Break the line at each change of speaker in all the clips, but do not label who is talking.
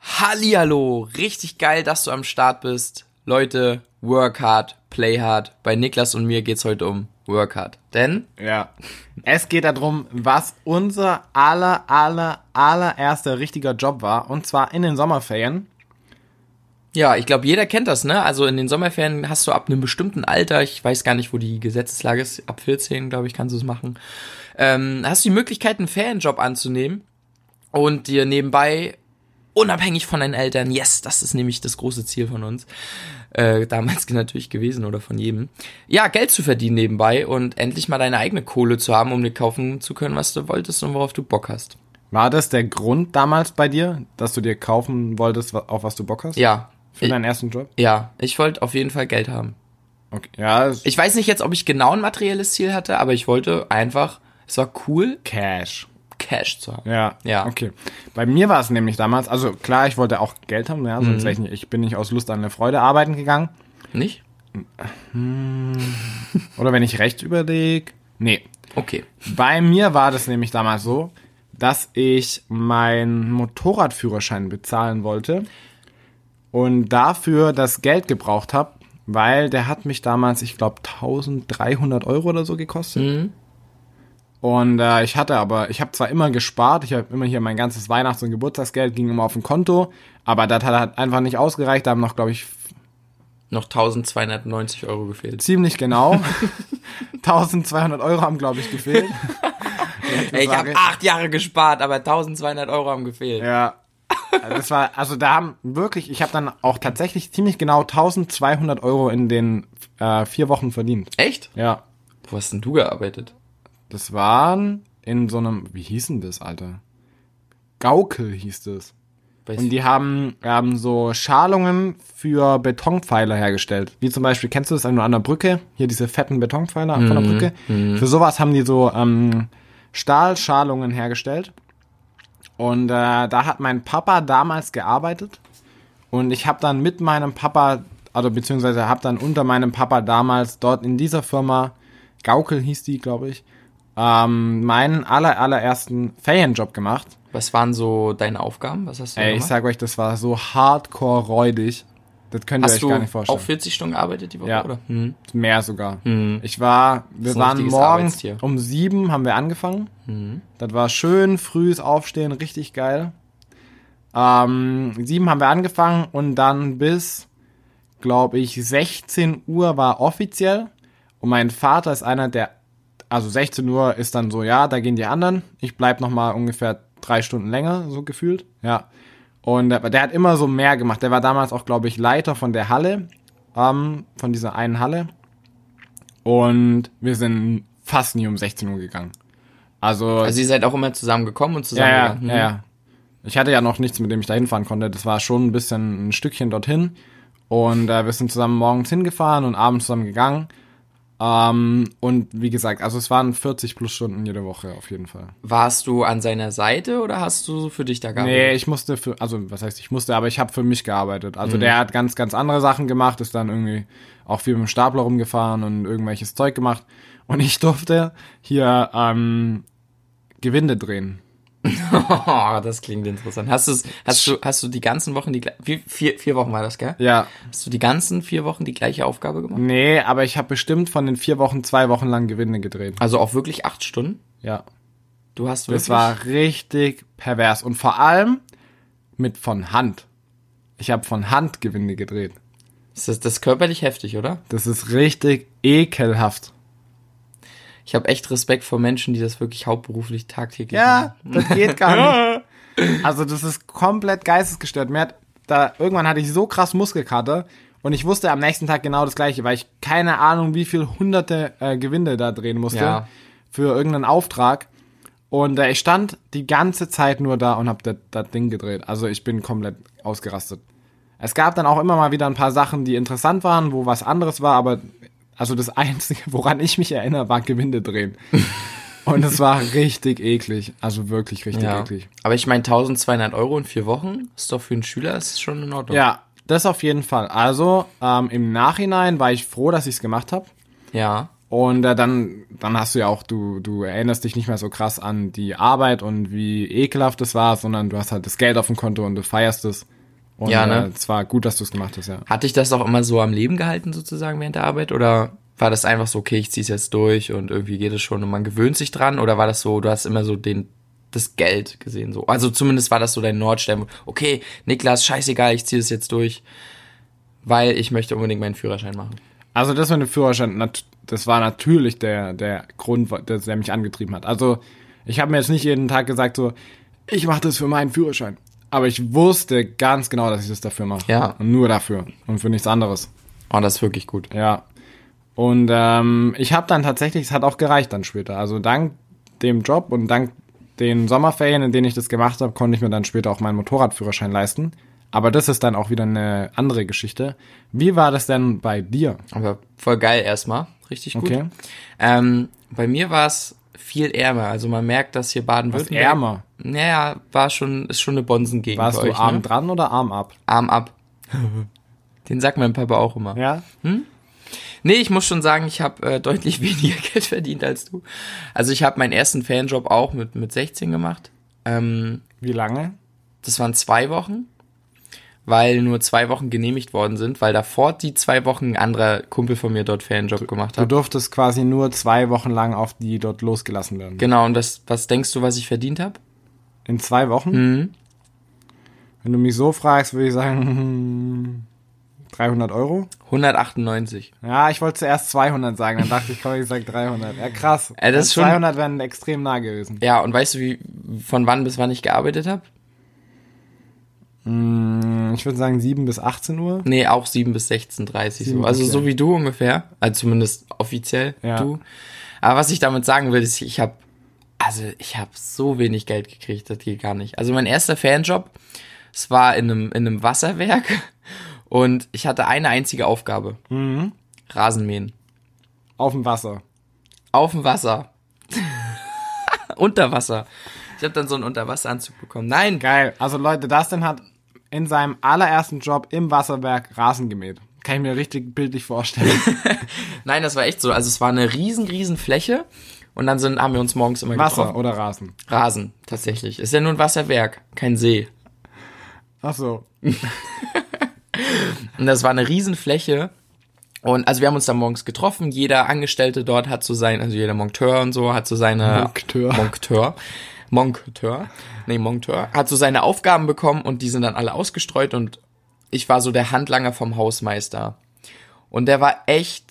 Hallihallo, richtig geil, dass du am Start bist. Leute, work hard, play hard. Bei Niklas und mir geht's heute um work hard. Denn
Ja. Es geht darum, was unser aller, aller, allererster richtiger Job war. Und zwar in den Sommerferien.
Ja, ich glaube, jeder kennt das, ne? Also in den Sommerferien hast du ab einem bestimmten Alter, ich weiß gar nicht, wo die Gesetzeslage ist, ab 14, glaube ich, kannst du es machen, ähm, hast du die Möglichkeit, einen Ferienjob anzunehmen und dir nebenbei, unabhängig von deinen Eltern, yes, das ist nämlich das große Ziel von uns, äh, damals natürlich gewesen oder von jedem, ja, Geld zu verdienen nebenbei und endlich mal deine eigene Kohle zu haben, um dir kaufen zu können, was du wolltest und worauf du Bock hast.
War das der Grund damals bei dir, dass du dir kaufen wolltest, wa- auf was du Bock hast?
Ja, äh,
Für deinen ersten Job?
ja, ich wollte auf jeden Fall Geld haben.
Okay. Ja, ist
Ich weiß nicht jetzt, ob ich genau ein materielles Ziel hatte, aber ich wollte einfach, es war cool,
Cash.
Cash zu haben.
Ja.
Ja.
Okay. Bei mir war es nämlich damals, also klar, ich wollte auch Geld haben, ja,
Mhm.
sonst wäre ich nicht, ich bin nicht aus Lust an eine Freude arbeiten gegangen.
Nicht?
Oder wenn ich recht überlege. Nee,
Okay.
Bei mir war das nämlich damals so, dass ich meinen Motorradführerschein bezahlen wollte und dafür das Geld gebraucht habe, weil der hat mich damals, ich glaube, 1300 Euro oder so gekostet.
Mhm.
Und äh, ich hatte aber, ich habe zwar immer gespart, ich habe immer hier mein ganzes Weihnachts- und Geburtstagsgeld ging immer auf ein Konto, aber das hat halt einfach nicht ausgereicht. Da haben noch, glaube ich,
Noch 1290 Euro gefehlt.
ziemlich genau 1200 Euro haben, glaube ich, gefehlt.
Ey, ich
sage-
habe acht Jahre gespart, aber 1200 Euro haben gefehlt.
Ja. Also Das war, also da haben wirklich, ich habe dann auch tatsächlich ziemlich genau 1200 Euro in den äh, vier Wochen verdient.
Echt?
Ja.
Wo hast denn du gearbeitet?
Das waren in so einem, wie hieß denn das, Alter? Gaukel hieß es.
Weiß
Und die haben, haben so Schalungen für Betonpfeiler hergestellt. Wie zum Beispiel, kennst du das an an der Brücke? Hier diese fetten Betonpfeiler von der Brücke. Für sowas haben die so ähm, Stahlschalungen hergestellt. Und äh, da hat mein Papa damals gearbeitet. Und ich habe dann mit meinem Papa, also beziehungsweise habe dann unter meinem Papa damals dort in dieser Firma, Gaukel hieß die, glaube ich, ähm, meinen aller, allerersten Ferienjob gemacht.
was waren so deine Aufgaben? Was hast du
Ey, ich
gemacht?
sag euch, das war so hardcore räudig. Das könnt ihr
hast
euch
du
gar nicht vorstellen.
auch 40 Stunden gearbeitet die Woche?
Ja.
Oder? Hm.
Mehr sogar. Ich war, wir
Mhm. ein
waren
richtiges
morgens
Arbeitstier. Mhm.
um sieben haben wir angefangen. Das war schön, frühes Aufstehen, richtig geil. Ähm, sieben haben wir angefangen und dann bis, glaube ich, 16 Uhr war offiziell. Und mein Vater ist einer der, also 16 Uhr ist dann so, ja, da gehen die anderen. Ich bleib noch mal ungefähr drei Stunden länger, so gefühlt. Ja. Und der, der hat immer so mehr gemacht. Der war damals auch, glaube ich, Leiter von der Halle, ähm, von dieser einen Halle. Und wir sind fast nie um 16 Uhr gegangen. Also,
Also ihr seid auch immer zusammengekommen und
ja, ja,
zusammengegangen.
ja, ja. Ich hatte ja noch nichts, mit dem ich da hinfahren konnte. Das war schon ein bisschen ein Stückchen dorthin. Und äh, wir sind zusammen morgens hingefahren und abends zusammen gegangen. Ähm, und wie gesagt, also es waren 40 plus Stunden jede Woche auf jeden Fall.
Warst du an seiner Seite oder hast du so für dich da
Nee,
gearbeitet?
ich musste für, also was heißt ich musste, aber ich habe für mich gearbeitet. Also der hat ganz, ganz andere Sachen gemacht, ist dann irgendwie auch viel mit dem Stapler rumgefahren und irgendwelches Zeug gemacht. Und ich durfte hier ähm, Gewinde drehen.
Oh, das klingt interessant. Hast, du's, hast, du, hast du die ganzen Wochen die gle- vier, vier, vier Wochen war das, gell?
Ja,
Hast du die ganzen vier Wochen die gleiche Aufgabe gemacht?
Nee, aber ich habe bestimmt von den vier Wochen zwei Wochen lang Gewinne gedreht.
Also auch wirklich acht Stunden?
Ja.
Du hast wirklich.
Das war richtig pervers. Und vor allem mit von Hand. Ich habe von Hand Gewinne gedreht.
Ist das, das ist körperlich heftig, oder?
Das ist richtig ekelhaft.
Ich habe echt Respekt vor Menschen, die das wirklich hauptberuflich tagtäglich machen.
Ja, das geht gar nicht. Also das ist komplett geistesgestört. Mir hat da, irgendwann hatte ich so krass Muskelkater und ich wusste am nächsten Tag genau das gleiche, weil ich keine Ahnung, wie viel hunderte äh, Gewinde da drehen musste
Ja.
für irgendeinen Auftrag. Und äh, ich stand die ganze Zeit nur da und hab das- das Ding gedreht. Also ich bin komplett ausgerastet. Es gab dann auch immer mal wieder ein paar Sachen, die interessant waren, wo was anderes war, aber also das Einzige, woran ich mich erinnere, war Gewinde drehen. Und es war richtig eklig. Also wirklich richtig
Ja.
eklig.
Aber ich meine, 1200 Euro in vier Wochen ist doch für einen Schüler ist schon in Ordnung.
Ja, das auf jeden Fall. Also ähm, im Nachhinein war ich froh, dass ich es gemacht habe.
Ja.
Und äh, dann, dann hast du ja auch, du, du erinnerst dich nicht mehr so krass an die Arbeit und wie ekelhaft es war, sondern du hast halt das Geld auf dem Konto und du feierst es. Und
Ja, ne?
äh, es war gut, dass du es gemacht hast, ja.
Hat dich das auch immer so am Leben gehalten, sozusagen, während der Arbeit? Oder war das einfach so, okay, ich zieh's jetzt durch und irgendwie geht es schon und man gewöhnt sich dran? Oder war das so, du hast immer so den, das Geld gesehen, so? Also zumindest war das so dein Nordstern. wo, Okay, Niklas, scheißegal, ich ziehe es jetzt durch, weil ich möchte unbedingt meinen Führerschein machen.
Also das mit dem Führerschein, nat- das war natürlich der, der Grund, wa- dass der mich angetrieben hat. Also ich habe mir jetzt nicht jeden Tag gesagt so, ich mache das für meinen Führerschein. Aber ich wusste ganz genau, dass ich das dafür mache.
Ja.
Und nur dafür und für nichts anderes.
Oh, das ist wirklich gut.
Ja. Und ähm, ich habe dann tatsächlich, es hat auch gereicht dann später. Also dank dem Job und dank den Sommerferien, in denen ich das gemacht habe, konnte ich mir dann später auch meinen Motorradführerschein leisten. Aber das ist dann auch wieder eine andere Geschichte. Wie war das denn bei dir?
Aber voll geil erstmal. Richtig gut.
Okay.
Ähm, bei mir war es viel ärmer. Also man merkt, dass hier Baden-Württemberg.
Ärmer.
Naja, war schon, ist schon eine Bonzengegend
Warst
bei
du
euch,
arm
ne?
dran oder arm ab?
Arm ab. Den sagt mein Papa auch immer.
Ja.
Nee, ich muss schon sagen, ich habe äh, deutlich weniger Geld verdient als du. Also ich habe meinen ersten Fanjob auch mit, mit 16 gemacht. Ähm,
Wie lange?
das waren zwei Wochen, weil nur zwei Wochen genehmigt worden sind, weil davor die zwei Wochen ein anderer Kumpel von mir dort Fanjob gemacht
Du
hat.
durftest quasi nur zwei Wochen lang auf die dort losgelassen werden.
Genau, und das, was denkst du, was ich verdient habe?
In zwei Wochen?
Mhm.
Wenn du mich so fragst, würde ich sagen hm, 300 Euro.
198.
Ja, ich wollte zuerst 200 sagen, dann dachte ich, komm, ich sag 300. Ja, krass.
Äh, das ist schon-
200 wären extrem nah gewesen.
Ja, und weißt du, wie, von wann bis wann ich gearbeitet habe?
Hm, Ich würde sagen 7 bis 18 Uhr.
Nee, auch 7 bis 16.30
Sieben
so.
bis
Also so
16.
wie du ungefähr. Also zumindest offiziell
Ja.
du. Aber was ich damit sagen will, ist, ich habe also ich habe so wenig Geld gekriegt, das geht gar nicht. Also mein erster Fanjob, es war in einem, in einem Wasserwerk und ich hatte eine einzige Aufgabe.
Mhm.
Rasenmähen.
Auf dem Wasser.
Auf dem Wasser. Unter Wasser. Ich habe dann so einen Unterwasseranzug bekommen. Nein,
Geil. Also Leute, Dustin hat in seinem allerersten Job im Wasserwerk Rasen gemäht. Kann ich mir richtig bildlich vorstellen.
nein, das war echt so. Also es war eine riesen, riesen Fläche und dann sind, haben wir uns morgens immer getroffen.
Wasser oder Rasen.
Rasen, tatsächlich. Ist ja nur ein Wasserwerk, kein See.
Ach so.
Und das war eine Riesenfläche. Und also wir haben uns da morgens getroffen. Jeder Angestellte dort hat so sein, also jeder Monteur und so hat so seine.
Monteur.
Monteur. Monteur. Nee, Monteur. Hat so seine Aufgaben bekommen und die sind dann alle ausgestreut und ich war so der Handlanger vom Hausmeister. Und der war echt.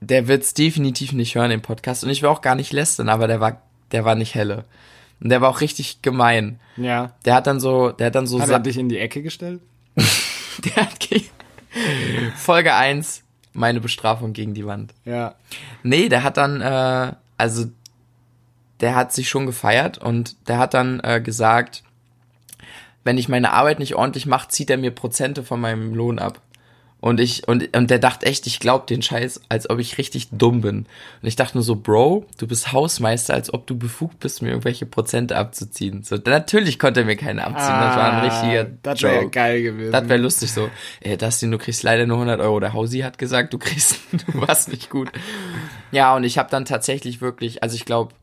Der wird's definitiv nicht hören im Podcast. Und ich will auch gar nicht lästern, aber der war, der war nicht helle. Und der war auch richtig gemein.
Ja.
Der hat dann so, der hat dann so
Hat
Sa-
er dich in die Ecke gestellt?
der hat gegen Folge 1, meine Bestrafung gegen die Wand.
Ja.
Nee, der hat dann, äh, also der hat sich schon gefeiert und der hat dann äh, gesagt, wenn ich meine Arbeit nicht ordentlich mache, zieht er mir Prozente von meinem Lohn ab. Und ich, und, und der dachte echt, ich glaub den Scheiß, als ob ich richtig dumm bin. Und ich dachte nur so, Bro, du bist Hausmeister, als ob du befugt bist, mir irgendwelche Prozente abzuziehen. So, natürlich konnte er mir keine abziehen. das war ein richtiger
Ah, Das wäre ja
Joke.
geil gewesen.
Das wäre lustig so. Ey, Dustin, du kriegst leider nur 100 Euro. Der Hausi hat gesagt, du kriegst, du warst nicht gut. Ja, und ich habe dann tatsächlich wirklich, also ich glaube,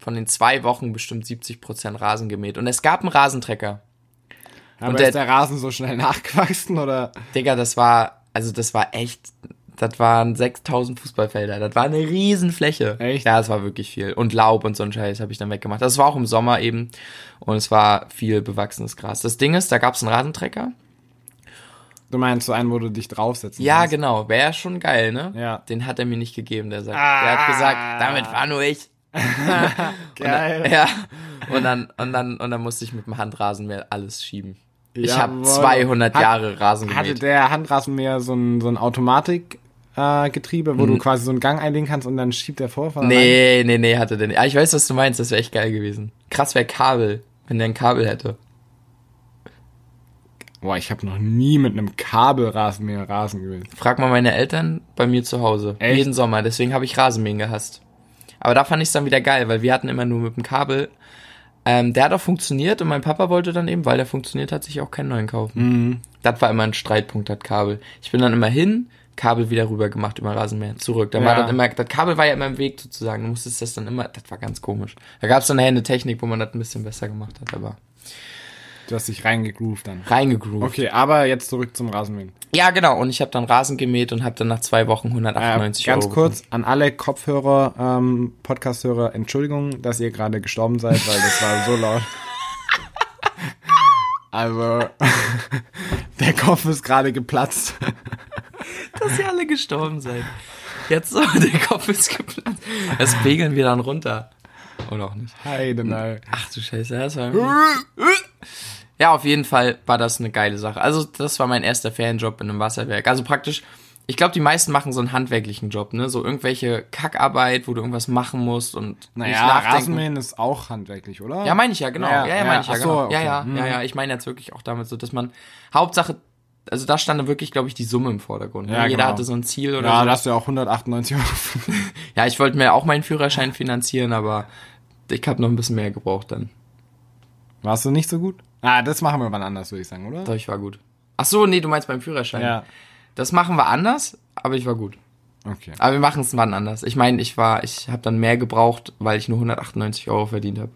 von den zwei Wochen bestimmt 70 Prozent Rasen gemäht. Und es gab einen Rasentrecker. Und
Aber und
der-
der, ist der Rasen so schnell nachgewachsen oder?
Digga, das war, also das war echt, das waren 6000 Fußballfelder. Das war eine Riesenfläche.
Echt?
Ja, es war wirklich viel. Und Laub und so ein Scheiß habe ich dann weggemacht. Das war auch im Sommer eben. Und es war viel bewachsenes Gras. Das Ding ist, da gab es einen Rasentrecker.
Du meinst so einen, wo du dich draufsetzen
Ja,
kannst?
genau. Wäre schon geil, ne?
Ja.
Den hat er mir nicht gegeben, der sagt.
Ah.
Der hat gesagt, damit war nur ich. Ne?
Geil.
Ja. Und dann, und dann, und dann musste ich mit dem Handrasenmäher alles schieben. Ich habe
Jawohl.
200
Hat-
Jahre Rasen
Hatte
gemäht.
der Handrasenmäher so ein, so ein Automatik, äh, Getriebe, wo du quasi so einen Gang einlegen kannst und dann schiebt der vor. von allein?
Nee, nee, nee, hatte der nicht. Ah, ich weiß, was du meinst. Das wäre echt geil gewesen. Krass wäre Kabel, wenn der ein Kabel hätte.
Boah, ich habe noch nie mit einem Kabelrasenmäher Rasen gewählt.
Frag mal meine Eltern bei mir zu Hause.
Echt?
Jeden Sommer. Deswegen habe ich Rasenmähen gehasst. Aber da fand ich es dann wieder geil, weil wir hatten immer nur mit dem Kabel. Ähm, der hat auch funktioniert und mein Papa wollte dann eben, weil der funktioniert hat, sich auch keinen neuen
Mhm.
kaufen. Das war immer ein Streitpunkt, das Kabel. Ich bin dann immer hin, Kabel wieder rüber gemacht über Rasenmäher, zurück. Dann war
Ja.
das immer, das Kabel war ja immer im Weg sozusagen. Du musstest das dann immer, das war ganz komisch. Da gab es dann nachher eine Technik, wo man das ein bisschen besser gemacht hat, aber
Du hast dich reingegroovt dann.
reingegroovt.
Okay, aber jetzt zurück zum Rasenmähen.
Ja, genau. Und ich habe dann Rasen gemäht und habe dann nach zwei Wochen 198
äh, ganz
Euro.
kurz an alle Kopfhörer, ähm, Podcast-Hörer, Entschuldigung, dass ihr gerade gestorben seid, weil das war so laut. Also, der Kopf ist gerade geplatzt.
dass ihr alle gestorben seid. Jetzt so, der Kopf ist geplatzt. Das pegeln wir dann runter. Oder auch nicht.
Heidenal.
Ach du Scheiße, das war. Ja, auf jeden Fall war das eine geile Sache. Also, das war mein erster Ferienjob in einem Wasserwerk. Also praktisch, ich glaube, die meisten machen so einen handwerklichen Job, ne? So irgendwelche Kackarbeit, wo du irgendwas machen musst und
Naja, Rasenmähen ist auch handwerklich, oder?
Ja, meine ich ja, genau. Ja,
Ja,
ja,
ja.
meine ich ja,
Ach so,
genau. Ja,
okay.
ja,
Hm.
ja, ja. Ich meine jetzt wirklich auch damit so, dass man Hauptsache, also da stand dann wirklich, glaube ich, die Summe im Vordergrund. ne?
Ja,
Jeder
genau.
hatte so ein Ziel oder
ja,
so.
da hast du ja auch 198 Euro. für.
Ja, ich wollte mir auch meinen Führerschein finanzieren, aber ich habe noch ein bisschen mehr gebraucht dann.
Warst du nicht so gut? Ah, das machen wir wann anders, würde ich sagen, oder?
Doch, ich war gut. Ach so, nee, du meinst beim Führerschein.
Ja.
Das machen wir anders, aber ich war gut.
Okay.
Aber wir machen es wann anders. Ich meine, ich war, ich habe dann mehr gebraucht, weil ich nur 198 Euro verdient habe.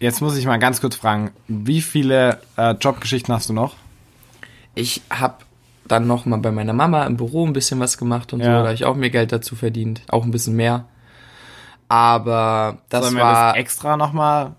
Jetzt muss ich mal ganz kurz fragen, wie viele äh, Jobgeschichten hast du noch?
Ich habe dann noch mal bei meiner Mama im Büro ein bisschen was gemacht und so,
Ja.
da habe ich auch mir Geld dazu verdient, auch ein bisschen mehr. Aber das
Sollen wir
war
das extra nochmal?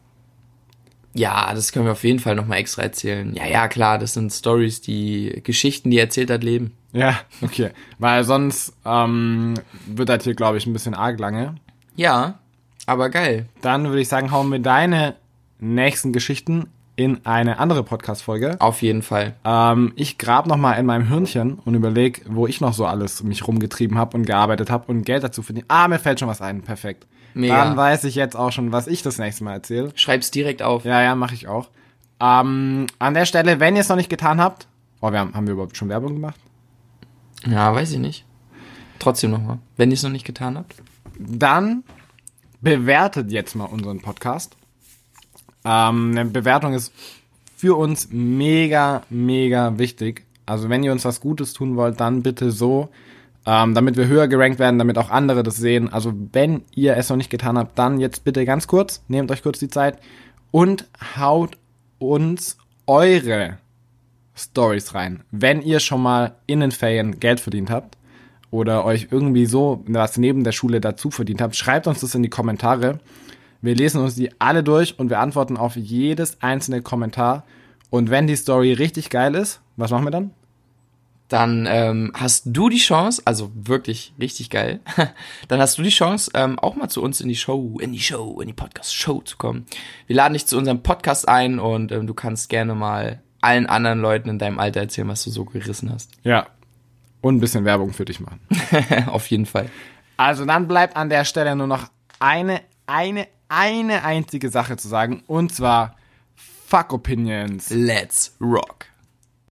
Ja, das können wir auf jeden Fall nochmal extra erzählen. Ja, ja, klar, das sind Stories, die Geschichten, die erzählt hat Leben.
Ja, okay. Weil sonst ähm, wird das hier, glaube ich, ein bisschen arg lange.
Ja, aber geil.
Dann würde ich sagen, hauen wir deine nächsten Geschichten in eine andere Podcast-Folge.
Auf jeden Fall.
Ähm, ich grab nochmal in meinem Hirnchen und überleg, wo ich noch so alles mich rumgetrieben habe und gearbeitet habe und Geld dazu verdient. Ah, mir fällt schon was ein. Perfekt.
Mega.
Dann weiß ich jetzt auch schon, was ich das nächste Mal erzähle.
Schreib's direkt auf.
Ja, ja, mache ich auch. Ähm, an der Stelle, wenn ihr es noch nicht getan habt. Oh, wir haben, haben wir überhaupt schon Werbung gemacht?
Ja, weiß ich nicht. Trotzdem nochmal. Wenn ihr es noch nicht getan habt.
Dann bewertet jetzt mal unseren Podcast. Ähm, eine Bewertung ist für uns mega, mega wichtig. Also wenn ihr uns was Gutes tun wollt, dann bitte so, ähm, damit wir höher gerankt werden, damit auch andere das sehen. Also wenn ihr es noch nicht getan habt, dann jetzt bitte ganz kurz, nehmt euch kurz die Zeit und haut uns eure Stories rein. Wenn ihr schon mal in den Ferien Geld verdient habt oder euch irgendwie so was neben der Schule dazu verdient habt, schreibt uns das in die Kommentare. Wir lesen uns die alle durch und wir antworten auf jedes einzelne Kommentar. Und wenn die Story richtig geil ist, was machen wir dann?
Dann ähm, hast du die Chance, also wirklich richtig geil, dann hast du die Chance, ähm, auch mal zu uns in die Show, in die Show, in die Podcast-Show zu kommen. Wir laden dich zu unserem Podcast ein und ähm, du kannst gerne mal allen anderen Leuten in deinem Alter erzählen, was du so gerissen hast.
Ja. Und ein bisschen Werbung für dich machen.
auf jeden Fall.
Also dann bleibt an der Stelle nur noch eine, eine, eine einzige Sache zu sagen. Und zwar Fuck Opinions.
Let's rock.